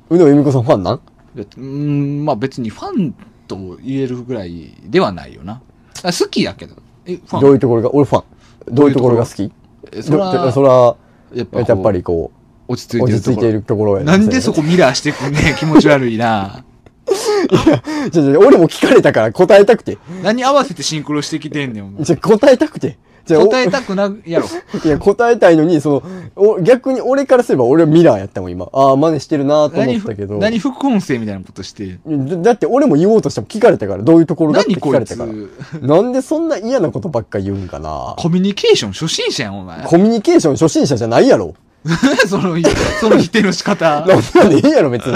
うの由美子さんファンなんうーん、まあ別にファンと言えるぐらいではないよな。あ好きやけど。え、フどうァいンうところが、俺ファン。どういうところが好きえそそれはら、そらやっぱこうやっぱりこ落ちう、着いて落るちと着いころているところやなんでそこミラーしてくんねん気持ち悪いな ちょちょ俺も聞かれたから答えたくて。何合わせてシンクロしてきてんねんお前じゃ、答えたくて。じゃ、お答えたくなやろいや、答えたいのに、その、お逆に俺からすれば俺はミラーやったもん、今。ああ、真似してるなーと 何思ったけふど。何副音声みたいなことしてだだって俺も言おうとしても聞かれたから、どういうところだって何聞こかいれたつから。なんでそんな嫌なことばっか言うんかなコミュニケーション初心者やんお前コミュニケーション初心者じゃないやろ。 そのその否定の仕方 なんなんでいいやろ、別 に。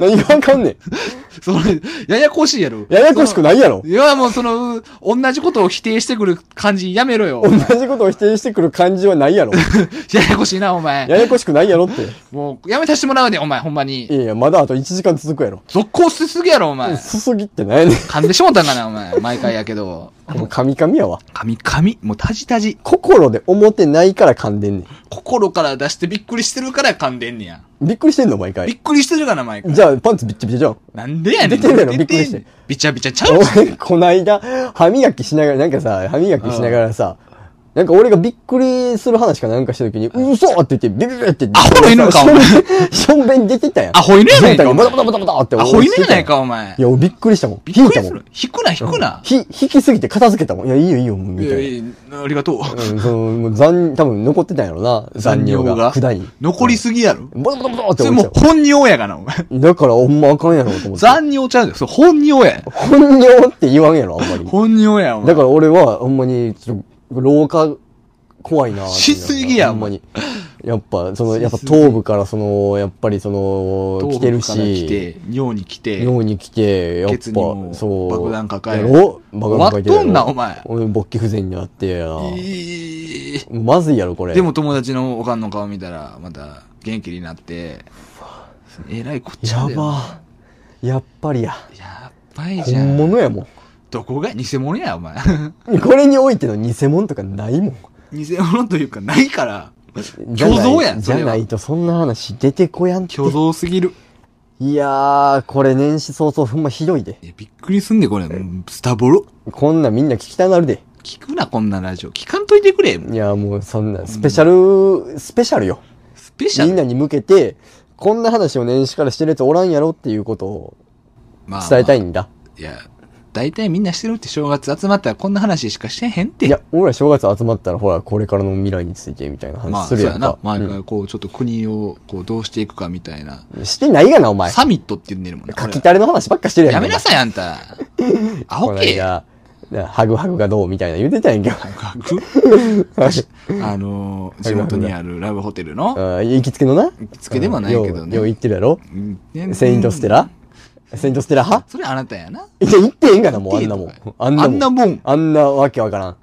何がわかんねそのややこしいやろん。ややこしくないやろ。いや、もうその、同じことを否定してくる感じやめろよ。お同前じことを否定してくる感じはないやろ。ややこしいな、お前。ややこしくないやろって。もう、やめさせてもらうで、お前、ほんまいに。やいや、まだあと1時間続くやろ。続行しすぎやろ、お前。すすぎってないねん。噛んでしもうたんかな、お前。毎回やけど。もうカミカミやわ。噛み噛み。もう、たじたじ。心で思ってないから噛んでんね心から出してびっくりしてるから噛んでんねや。ん。びっくりしてんの毎び回。っくりしてるから、毎回。じゃあ、パンツびっちゃびちゃじゃん。なんでやねん。出てるやろびっくりして出んねん。びちゃびちゃちゃうし俺、こないだ、歯磨きしながら、なんかさ、歯磨きしながらさ、なんか俺がびっくりする話かなんかした時に、嘘って言って、ビビビビって。アホの犬かお前しょんべんしょんべん出てたやん。アホ犬やないか胴体おにバ前タバタバタバタってアホいねえない。か、お前い。や、俺びっくりしたもん。びっくりす引いたもるん。。引くな、引くな。ひ、引きすぎて片付けたもん。いや、いいよいいよ、もうみいたやいいやありがとう。な。うん、その、もう残、多分残ってたんやろな。 残尿が。管に。残りすぎやろ。バタバタバタってそれ落ちもたう本尿やがな、お前。よ。だから、ほんまあかんやろ、と思って。残尿ちゃうよ。それ本尿や。本尿って言わんやろ、あんまり。本尿や、お前。だから俺は、ほんまに、ちょっと、老化、怖いなぁしすぎやほんまに。やっぱ、その、しすぎやっぱ頭部から、その、やっぱりその、来てる頭部から来し、て、尿に来て、脳に来て、やっぱ血にも、そう。爆弾抱えやろ爆弾抱えてるやろ。終わっとんなお前俺、勃起不全になってやな。いいまずいやろ、これ。で、も友達のおかんの顔見たら、また元気になって、えらいこっちゃやだよ。ば。やっぱりや。やっばいじゃ本ん。物やもどこが偽物や、お前。 ん。これにおいての偽物とかないもん。偽物というか、ないから。じゃない虚像やんじそゃれはないと、そんな話出てこやんって。虚像すぎる。いやー、これ年始早々ほんまひどいで。いやびっくりすんで、これ。うんスタボロ。こんなんみんな聞きたなるで。聞くな、こんなラジオ。聞かんといてくれ。いや、もうそんな、スペシャル、スペシャルよ。スペシャみんル。なに向けて、こんな話を年始からしてるやつおらんやろっていうことをまあ伝えたいんだ。いや、大体みんなしてるって正月集まったらこんな話しかしてへんって。いや、俺ら正月集まったら、ほら、これからの未来についてみたいなまあ、話そすうるややんか。な。毎う回こう、ちょっと国をこう、どうしていくかみたいな。んしてないがな、お前。サミットって言うんねるもんね。書き垂れの話ばっかしてる俺やんやめなおさい、あ んた。アホ前こないけ。 だ、なハグハグがどうみたいな言うてたやんけ。学あのー、地元にあるラブホテルの、うん行きつけのな。行きつけではないけどねよう言ってるやろ。うんセイントステラセイントステラ派それあなたやな。いや、言ってへんがな、もうあんなも言っんてへんの。あんなもん。あんなもんあんなわけわからん。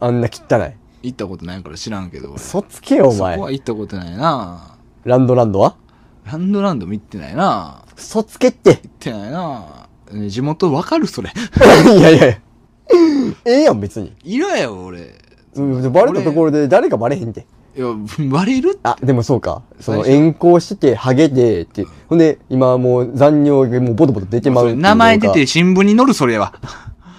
あんな汚い。行ったことないから知らんけど。俺そそつけよ、おこ前。は行ったことないな。ランドランドはランドランドも行ってないな。そつけって。 行ってないな。ね地元わかるそれ。いやいやいや。ええやん、別に。いらよ、 俺。うんバレたところで誰かバレへんて。いや、割れるってあ、でもそうか。その、最遠行してて、ハゲで、って。ほんで、今もう残尿がもうボトボト出てまうっていうのが名前出て、新聞に載る、それは。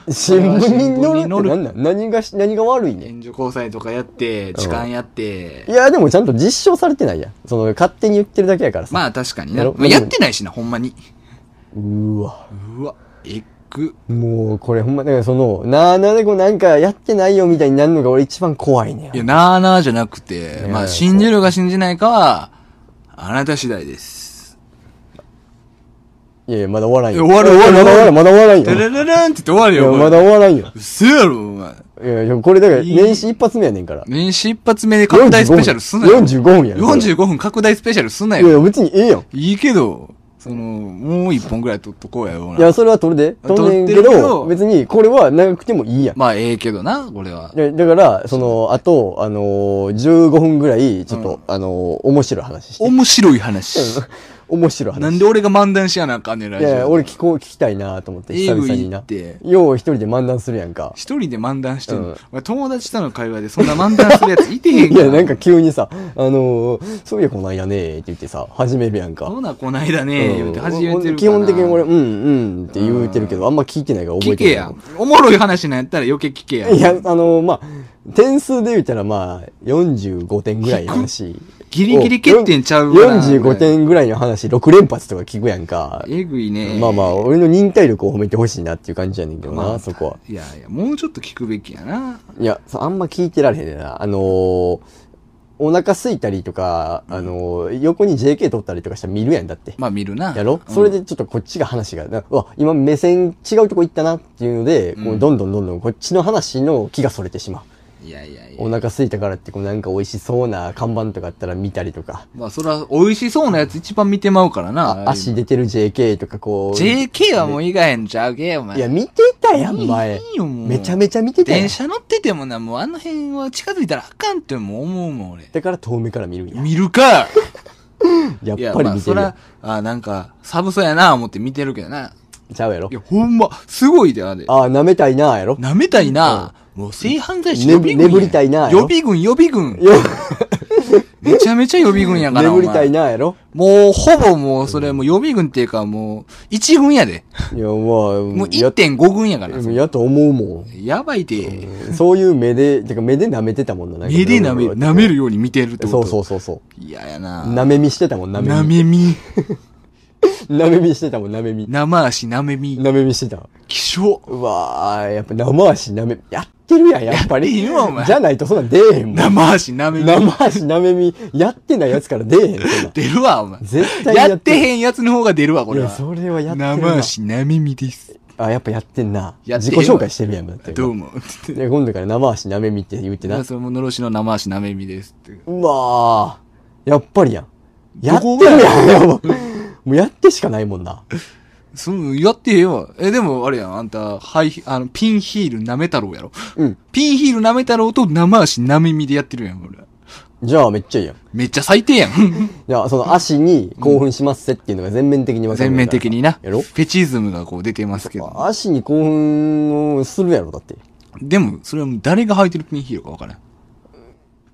新聞に載るって新聞に載る何なん何がし、何が悪いねん。援助交際とかやって、痴漢やってい。や、でもちゃんと実証されてないやん。その、勝手に言ってるだけやからさ。まあ確かにやね。ろまあ、やってないしな、ほんまに。うーわ。うわ、エッグ。もう、これほんま、だからその、なあなあでこうなんかやってないよみたいになるのが俺一番怖いねいや、なあなあじゃなくて、まあ信じるか信じないかは、あなた次第です。ん。いやいや、まだ終わらんよ。いや終わる終わるいやまだ終わらんテよ。レレレンって言って終わるよ、いこや、れまだ終わらんよ。うせやろ、お前。いやいや、これだから、年始一発目やねんから。年始一発目で拡大スペシャルすんなよ。 45分やねん。 45分拡大スペシャルすんな分。いやいよ。や、別にええやん。いいけど、その、もう一本ぐらい取っとこうやろういな。や、それは取るで。撮って取んるねんけけど、ど別にこれは長くてもいいやん。まあ、ええけどな、これは。いやだから、その、あと、あのー、15分ぐらい、ちょっと、あのー、面白い話して。面白い話。 面白い話。なんで俺が漫談しやなあかんねん、ラいジオ。やいや、俺聞こう、聞きたいなと思って、久々にえなぐいって。よう一人で漫談するやんか。一人で漫談してんの、うんお前友達との会話でそんな漫談するやついてへんいから。や、 なんか急にさ、あのー、そういやこないだねーって言ってさ、始めるやんか。そうな、こないだね、言うて始めてるから。基本的に俺、うんうんって言うてるけど、あんま聞いてないから覚聞えけてなやい。。おもろい話なんやったら余計聞けや。いや、あの、まあ、点数で言ったらまあ、45点ぐらいの話。ギリギリ欠点ちゃうわわ。 45。点ぐらいの話、6連発とか聞くやんか。えぐいね。まあまあ、俺の忍耐力を褒めてほしいなっていう感じやねんけどな、そこは。いやいや、もうちょっと聞くべきやな。いや、そうあんま聞いてられへんねんな。あのー、お腹空いたりとか、あのー、横に JK 撮ったりとかしたら見るやんだって。まあ見るな。やろうんそれでちょっとこっちが話が、なうわ、今目線違うとこ行ったなっていうので、こうどんどんどんどんこっちの話の気がそれてしまう。いやいやいや。お腹空いたからって、こうなんか美味しそうな看板とかあったら見たりとか、まあそれは美味しそうなやつ一番見てまうからあな。足出てる JK とかこう。 JK はもう以外のちゃうけお前。いや、見てたやん、前いいよ。もうめちゃめちゃ見てたやん電。車乗っててもな、もうあの辺は近づいたらあかんってもう思うもん、俺。だから遠目から見るんや。見るかやっいや、ぱりまあ見てそるやんら、あなんか、寒そうやな、思って見てるけどな。ちゃうやろい。や、ほんま、すごいで、あれ。ああ、舐めたいな、やろ。舐めたいな。もう性犯罪者ね予備軍や。眠りたいな予備軍、予備軍。めちゃめちゃ予備軍やから。眠りたいな。な、やろ。もう、ほぼもう、それ、もう予備軍っていうか、もう、一軍やで。いや、まあ、ももう1.5軍やから。やと思うもん。やばいで。そういう目で、てか目で舐めてたもんな。なんか目で舐める、舐めるように見てるってそこと。うそううそうそう。嫌やな。舐め見してたもん、舐舐めめみ。見。舐め見してたもん、舐め見。生足舐めみ。舐め見してた。気象。うわー、やっぱ生足舐め、やってるやん、やっぱり。やってんわお前じゃないとそんなん出えへんもん。生足舐めみ。生足舐め見、やってないやつから出えへん、そんなん。出るわ、お前。絶対やってん。へんやつの方が出るわ、こいれや、は。それはやってる生な。足舐めみです。あ、やっぱやってんな。やって自る己わ紹介してるやん、だって。どうも。で、今度から生足舐め見って言うてなな、。それものろしの生足なめみですって。うわー、やっぱりやん。やってどこるがやん、やば もうやってしかないもんな。その、やってええわ。え、でも、あれやん、あんた、ハイヒ、あの、ピンヒールなめ太郎やろ。うん。ピンヒールなめ太郎と生足なめみでやってるやん、俺。じゃあめっちゃいいやん。めっちゃ最低 やん。じゃあその足に興奮しますせっていうのが全面的に分かる全から面的にな。やろフェチズムがこう出てますけど。足に興奮をするやろ、だって。でも、それはもう誰が履いてるピンヒールかわからん。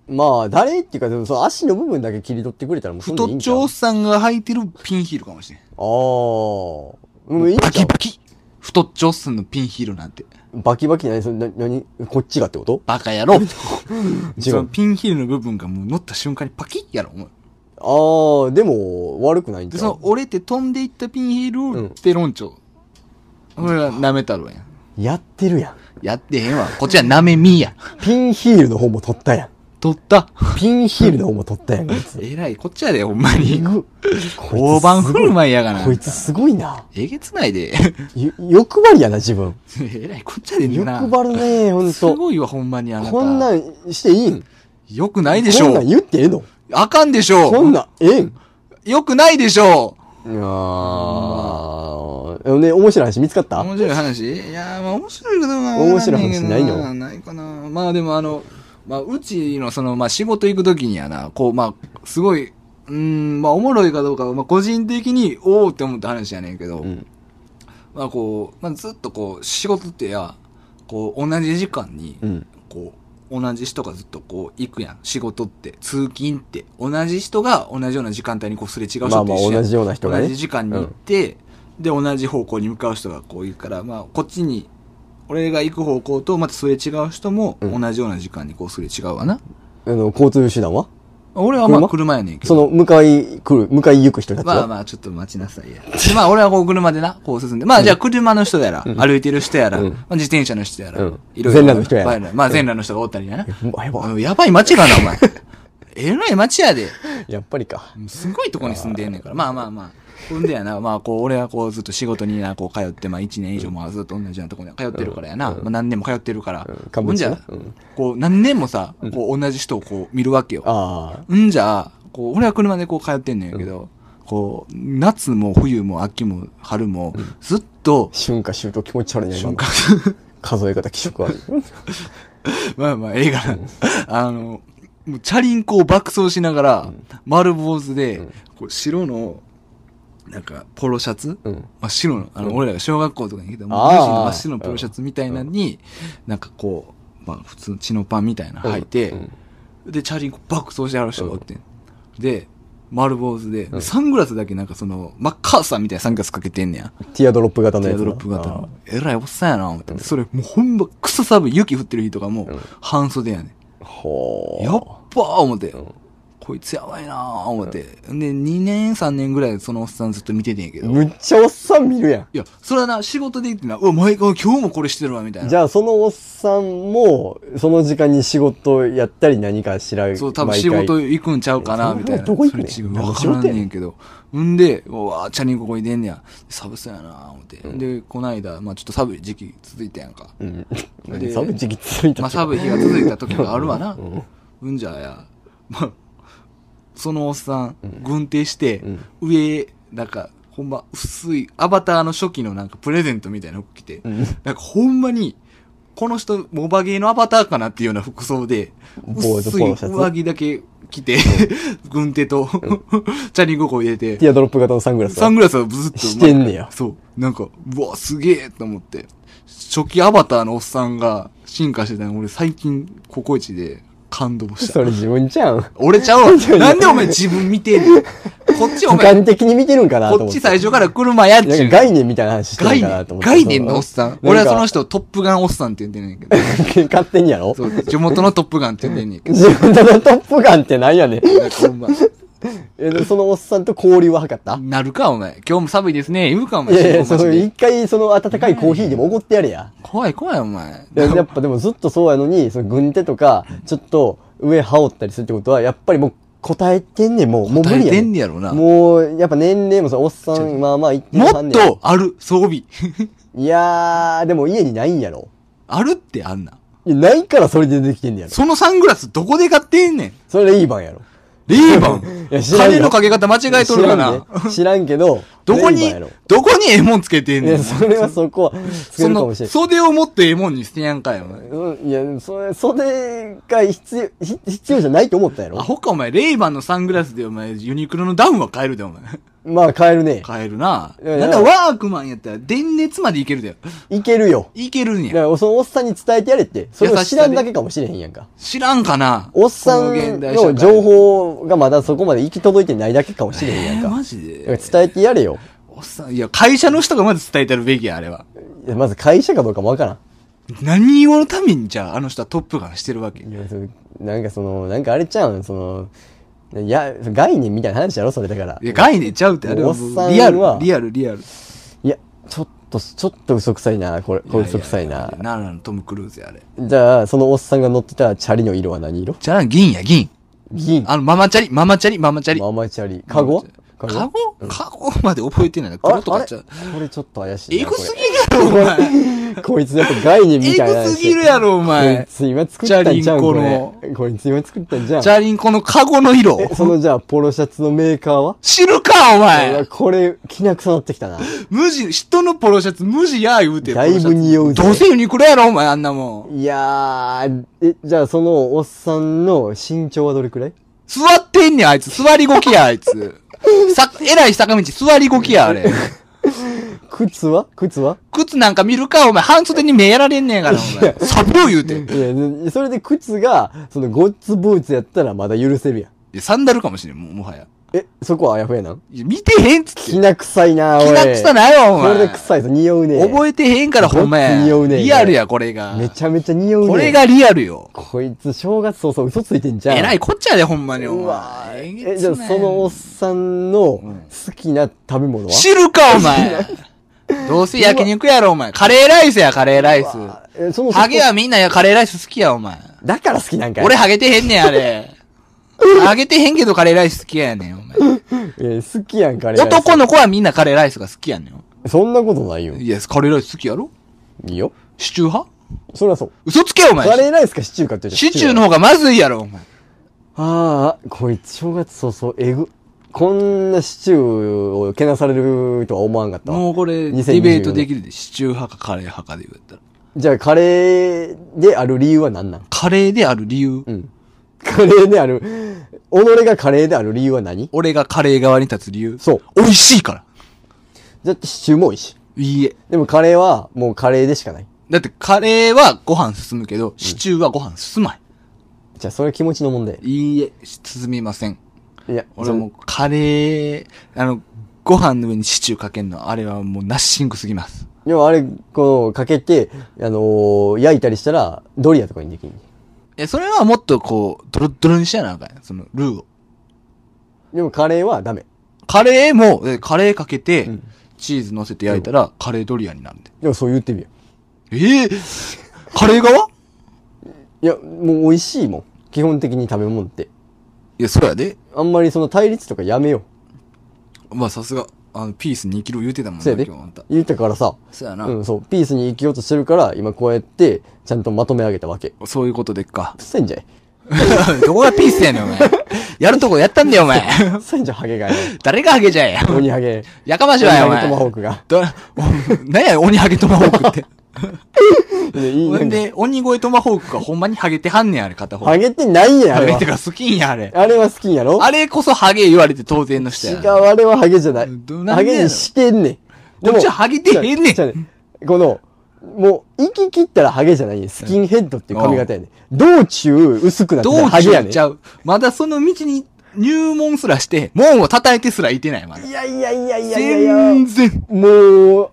まあ、誰っていうか、でもその足の部分だけ切り取ってくれたらもうそんでいい太んっちちゃうょおっさんが履いてるピンヒールかもしれん。ああ。もういいんバちゃキうバキ。太っちょおっさんのピンヒールなんて。バキバキないそのな、なに、こっちがってことバカ 野郎。違そのう。ピンヒールの部分がもう乗った瞬間にパキッやろ、お前。ああ、でも、悪くないんで、ちそゃのう、折れて飛んでいったピンヒールを、ペロンチョ。これは舐めたろやん。やってるやん。やってへんわ。こっちは舐めみや。ピンヒールの方も取ったやん。取った。ピンヒールの方も取ったやん、こいつ。えらい、こっちやで、ほんまに。こいつ大盤振る舞いやがな。こいつすごいな。えげつないで。 ゆ欲張りやな、自分。えらい、こっちやで欲な。張るね、ほんすと。ごいわ、ほんまにあなた。こんなんしていいんよくないでしこんょなん言ってええのあかんでしょこんなん、ええんよくないでしょいやー。でもね、面白い話見つかった面白い話いやー、まあ面白いかどうかは面白い話わからんねんけどないかな。まあでもあの、まあうちのその、まあ仕事行くときにやな、こうまあ、すごい、うーん、まあおもろいかどうかは、まあ個人的に、おーって思った話やねんけど、うん。まあこう、まあずっとこう、仕事ってや、こう、同じ時間に、うん。こう、同じ人がずっとこう、行くやん。仕事って、通勤って、同じ人が同じような時間帯にこう、すれ違う人まあってまあ、一緒同やんじような人が同ねじ。時間に行って、で同じ方向に向かう人がこういるから、まあ、こっちに俺が行く方向とまたすれ違う人もうん同じような時間にこうすれ違うわな、あの、交通手段は俺はまあ車車やねんけそどの、向かい来る、向かい行く人たちまあは。まあちょっと待ちなさいや でまあ俺はこう車でなこう進んでまあじゃあ車の人やら、歩いてる人やうら、んまあ、自転車の人やら、うんいろいろ全裸の人やらまあまあ全裸の人がおったりやな、うわやばあのやばい街がなお前 えらい街やでやっぱりか。すごいとこに住んでんねんから。まあまあまあ。ほんでやな、まあこう、俺はこうずっと仕事にな、こう通って、まあ一年以上もずっと同じようなとこに通ってるからやな。まあ何年も通ってるから。かぶほっんちじゃゃ、こう何年もさ、こう同じ人をこう見るわけよ。ああ。んじゃ、こう、俺は車でこう通ってんねんやけど、こう、夏も冬も秋も春も、ずっと、春夏秋冬気持ち悪いね、今瞬の間、数え方気色悪い。 まあまあ、ええかな。あの、もうチャリンコを爆走しながら、丸坊主で、こう白の、なんか、ポロシャツ、うん真っ白の、あの、うん俺らが小学校とかに着てた、もうあー無地の真っ白のポロシャツみたいなのに、なんかこう、まあ普通の血のパンみたいなの履いて、うんで、チャリンコバックそうしてはる人がおってん、で、丸坊主で、サングラスだけなんかその、マッカーサーみたいなサングラスかけてんねや。ティアドロップ型のテやィつアな。ドロップ型あーの。えらいおっさんやな、思って。それ、もうほんま、クソ寒い、雪降ってる日とかも、半袖やねん。ほーやっばー思って、んこいつやばいなー思って、で2年3年ぐらいそのおっさんずっと見ててんやけど、いむっちゃおっさん見るややそれはな仕事で言ってなうわ毎回今日もこれしてるわみたいん。なじゃあ、そのおっさんも、その時間に仕事やったり何かしらそう多分仕事毎行くんちゃうかなみたいなどこ行くねんそれ違うわからんねんけどんでうわーチャリンコこいでんねや寒そうやな思って、でこないだ、まあ、ちょっと寒い時期続いたやんか、回で寒い時期続いたまあ、寒い日が続いた時があるわな。うんじゃあや。まあ、そのおっさん、軍手して、上、なんか、ほんま、薄い、アバターの初期のなんかプレゼントみたいな服着て、なんかほんまに、この人、モバゲーのアバターかなっていうような服装で、坊主薄ポいロシャツ上着だけ着て、 軍手と、チャリンコこ入れてテ、ィアドロップ型のサングラスサは。ングラスをずっと。してんねやそう。なんか、うわ、すげえと思って。初期アバターのおっさんが進化してたの、俺最近、ココイチで感動したそ。れ自分じゃん。俺ちゃう わや。いやなんでお前自分見てんのこっちお俯前、瞰的に見てるんかなとこ思っっちて。最初から車やっちなんゅうか概念みたいな話してる概んかなと思っ念、て。概念のおっさん。う俺はその。な人をトップガンおっさんって言ってんねんけど。んか 勝手にやろそう、地元のトップガンって言ってんねんけ自分のトップガンってなん やねん。ど。なんかほんまえでそのおっさんと交流は図ったなるか、お前。今日も寒いですね。言うか、おい前。やいや、信号そ待ちので一回その温かいコーヒーでもおごってやれや。怖い、怖い、お前。いややっぱでもずっとそうやのに、その軍手とか、ちょっと上羽織ったりするってことは、やっぱりもう答えてんねん、もう。もう無答え理やねてんん。ねやろな。もう、やっぱ年齢もさ、おっさん、まあまあ言ってもはんっねんとある、装備。 いやー、でも家にないんやろ。あるってあんな。いや、ないからそれでできてんねやろ。そのサングラスどこで買ってんねん。それレイバンやろ。レイバン いや。知らんよ金のかけ方間違えとるかな。、知らんで知らんけど どこレイにバンやろ、どこにええもんつけてんいねや、ん。それはそこは、つけそるかもの、しれん。袖をもっとええもんにしてやんかよ。お前うんいや、それ、袖が必要、ひ必要じゃないと思ったやアろホかお前、レイバンのサングラスでお前、ユニクロのダウンは買えるでお前。 まあ、買えるね。買えるな。いやいなやんだワークマンやったら電熱までいけるだよ。いけるよ。いけるんだかや。ら、そのおっさんに伝えてやれって。それを優し知らさでんだけかもしれへんやんか。知らんかなおっさこのん現代社会の情報がまだそこまで行き届いてないだけかもしれへんえやんー、か。マジだでから伝えてやれよ。おっさん、いや、会社の人がまず伝えてるべきや、あれは。いやまず会社かどうかもわから何をのためにじゃあ、あの人はトップガンしてるわけん。いや、そのなんかその、なんかあれちゃうん、その、いや、概念みたいな話やろ、それだから。いや、概念ちゃうって、あれはおっもさんうリアルは、リアル、リアル。いや、ちょっと、ちょっと嘘くさいな、これ、これ嘘くさいやなや。ならのトム・クルーズや、あれ。じゃあ、そのおっさんが乗ってたチャリの色は何色じゃあ、銀や、銀。銀。あの、ママチャリ、ママチャリ、ママチャリ。ママチャリ。カゴカゴカゴまで覚えてないな。あれ黒とあかれちゃうこ。れちょっと怪しいな。エグすこぎやろ、お前。れ こいつやっぱ概念みたいな。エグすぎるやろお前こいつ今作ったんチじャゃん、リンコこのれ。こいつ今作ったんじゃん。チャリンコのカゴの色。え、そのじゃあ、ポロシャツのメーカーは知るか、おいや前。これ、きな臭なってきたな。無地、人のポロシャツ無地や、言うて。だいぶ匂うぜどうせユニクロやろ、お前、あんなもん。いやー、え、じゃあそのおっさんの身長はどれくらい座ってんねん、あいつ。座りごきや、あいつ。さ、偉い坂道、座りごきや、あれ。靴は靴は靴なんか見るか、お前、半袖に目やられんねんから、お前。サブ言うて。いや、でそれで靴が、そのゴッツブーツやったらまだ許せるやん。いやサンダルかもしれん、もうもはや。え、そこはあやふやなんいや見てへんっつって。きな臭いな、おい。気なくさないわ、おこれ前で。臭いぞ、匂うね。覚えてへんから、ほんまや。どっち匂うねんリアルや、これが。めちゃめちゃ匂うね。これ。がリアルよ。こいつ、正月早々嘘ついてんじゃん。えらいこっちゃで、ほんまに、おうわ前。ーええ、じゃあそのおっさんの好きな食べ物は、 知るか、お前。どうせ焼肉やろ、お前。カレーライスや、カレーライス。えそのハゲはみんなカレーライス好きや、お前。だから好きなんかい俺、ハゲてへんねん、あれ。ハゲてへんけどカレーライス好きやねん、お前。えー好きやんか、あれ。男の子はみんなカレーライスが好きやねん。そんなことないよ。いや、カレーライス好きやろいいよ。シチュー派そりゃそう。嘘つけ、お前。カレーライスかシチューかって言うじゃシんチューの。方がまずいやろ、お前。ああ、こいつ正月早々、えぐ。こんなシチューをけなされるとは思わんかったわもうこれ、ディベートできるで、シチュー派かカレー派かで言ったら。じゃあ、カレーである理由は何なんカレーである理由。うん。カレーである、己がカレーである理由は何俺がカレー側に立つ理由。そう。美味しいから。だってシチューも美味しい。いいえ。でもカレーはもうカレーでしかない。だってカレーはご飯進むけど、シチューはご飯進まない。じゃあそれは気持ちの問題。いいえ、進みません。いや、俺もうカレー、あの、ご飯の上にシチューかけんの、あれはもうナッシングすぎます。その。でもあれ、こう、かけて、あのー焼いたりしたら、ドリアとかにできる。え、それはもっとこう、ドロッドロにしやなあかんやんその、ルーを。でもカレーはダメ。カレーも、えカレーかけて、んチーズ乗せて焼いたら、カレードリアになるんで。でもそう言ってみよええー、カレ ー側う。いや、もう美味しいもん。基本的に食べ物って。いや、そうやで。あんまりその対立とかやめよまあ、さすが、あの、ピース2キロ言うてたもう。んね、そうやで今日あんた。。言ったからさ。そうやな、うん、そう。ピースに生きようとしてるから、今こうやって、ちゃんとまとめ上げたわけ。そういうことでっか く。せんじゃい。どこがピースやねん、お前。やるとこやったんだよ、お前。くせんじゃい、ハゲがよ。 誰がハゲじゃえや。鬼ハゲ。やかましいわよ、お鬼ハゲトマホ前ー。クが。ど、 お何や、鬼ハゲトマホー クって。でいいほんで、鬼越トマホークがほんまにハゲてはんねん、あれ、片方。ハゲてないんや、あハれゲはて。か好きんや、あれ。あれは好きんやろあれこそハゲ言われて当然の人違やう、な。あれはハゲじゃないど。なんでやろハゲにしてんねん。こっちはハゲてへんねんちゃうちゃうこの、もう、行き切ったらハゲじゃないねん。スキンヘッドっていう髪型やねん。道中薄くなってた道らハゲやね中ん。ちゃう。まだその道に入門すらして、門を叩いてすらいてない、まだい。やいやいやいやいやい全や。然。もう、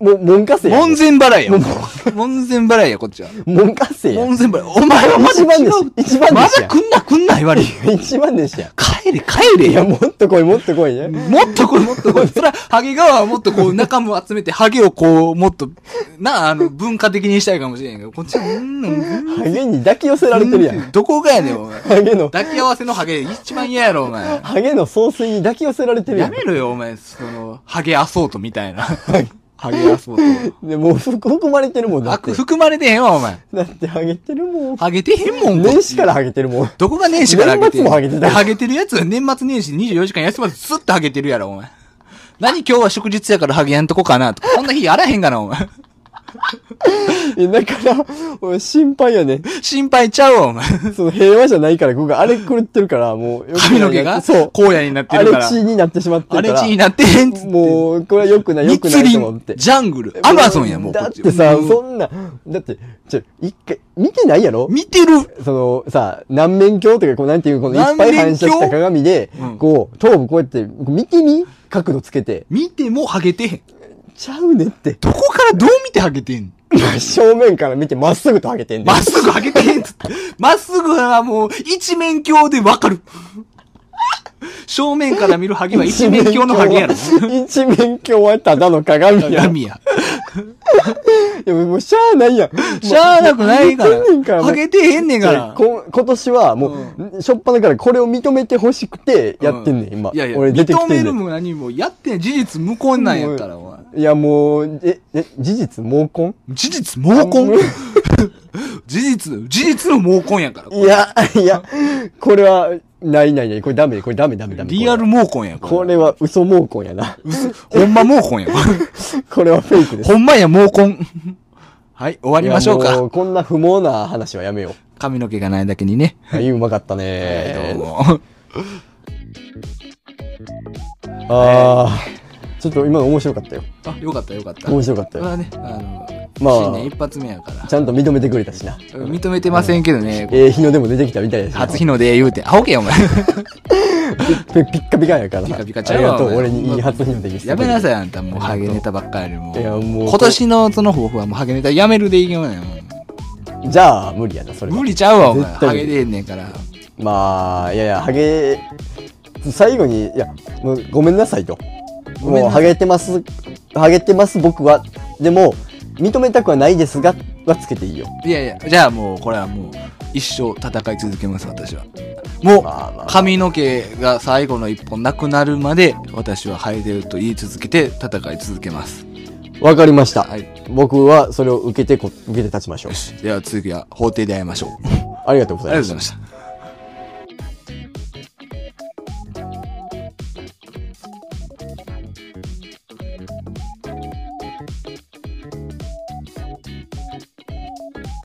もう、門下生やねん。門前払いや。門前払いや、こっちは。門下生やねん門前払い。お前はまだ一番違弟う子。一番弟ま子だや来んな来んな言われる。一番弟子や。帰れ帰れいや、よ。もっと来い、もっと来いね。もっとこう、もっとこう。そら、ハゲ側はもっとこう、仲間を集めて、ハゲをこう、もっと、なあ、あの、文化的にしたいかもしれんけど、こっちは、うん、うんハゲに抱き寄せられてるやん。どこがやねん、お前。ハゲの、抱き合わせのハゲ、一番嫌やろ、お 前。ハゲの総帥に抱き寄せられてるややんめ。ろよ、お前、その、ハゲアソートみ たいな。ハゲアソーでもう含まれてるもんト。だって悪、。含まれてへんわ、お前。だってハゲてるもん。ハゲてへんもん、こっち年始からハゲてるもん。どこが年始からハゲてん年末ものハゲてたよハゲてるやつは年末年始24時間休まずずっとハゲてるやろ、お前。何今日は祝日やからハゲやんとこかなとか、そんな日やらへんがな、お前。えだから、俺心配やね。心配ちゃうわ、お前。その平和じゃないから、僕あれ狂ってるから、もう。髪の毛 がそう。荒野になって荒るから。れ地になってしまって荒るれから。地になってへんっつって。もう、これは良くない、良く密ないと思っ林て、。ジャングル、アマゾンや、もうこだっっち。てさ、もうそんな、だって、ちょ、一回、見てないやろ見てるそのさ、南面鏡というか、こうなんていう、このいっぱい反射した鏡で面鏡うん、こう、頭部こうやって、見てみ角度つけて。見てもハゲてへん。ちゃうねって。どこからどう見てハゲてんの正面から見てまっすぐと上げてんねんまっすぐハゲてへんっつって。まっすぐはもう一面鏡でわかる。正面から見るハゲは一面鏡のハゲやろ。一面鏡はただの鏡や。い闇や。や、もうしゃあないやん。しゃあなくないか。ハゲてんねんかららハゲてへんねんから。こ今年はもう、しょっぱなからこれを認めてほしくてやってんねん、今。いやいや、俺出てき認てめんねるん。も何もやってん。事実無根なんやから、お前。いや、もう、え、え、事実毛根事実毛根事実、事実の毛根やから。いや、いや、これは、ないないない。これダメねこれダメダメダメ。リアル毛根やから。これは嘘毛根やな。嘘ほんま毛根やわ。これはフェイクです。ほんまや毛根。はい、終わありましょうか。。こんな不毛な話はやめよう。髪の毛がないだけにね。はい、うまかったえーどね。うも。 あー、ちょっと今の面白かったよ。あ、よかったよかった。面白かっこたれよ。はね、あの、まあ新年一発目やから。ちゃんと認めてくれたしな。認めてませんけどね、ええ日の出も出てきたみたいです。初日の出言うて。あ、ほけよ、お前。 ピピッカピカやからな。ピカピカちあゃうりわがとおう。前俺にいい初日の出見せてやくめれてなさい、あんた。もう、ハゲネタばっかりもう。いやもう今年のその抱負はもう、ハゲネタやめるでいいよね。じゃあ、無理やな、それは無。理ちゃうわ、お前。絶対ハ無理ゲでんねんから。まあ、いやいや、ハゲ、最後に、いや、もうごめんなさいと。ごめんもう、なハゲてます、ハゲてます、僕は。でも、認めたくはないですが、はつけていいよ。いやいや、じゃあもう、これはもう、一生戦い続けます、私は。もう、まあまあ髪の毛が最後の一本なくなるまで、私はハゲてると言い続けて、戦い続けます。わかりました。はい僕は、それを受けてこ、受けて立ちましょうよ。し。では次は、法廷で会いましょう。ありがとうござあいりがとまうごしざいたま。した。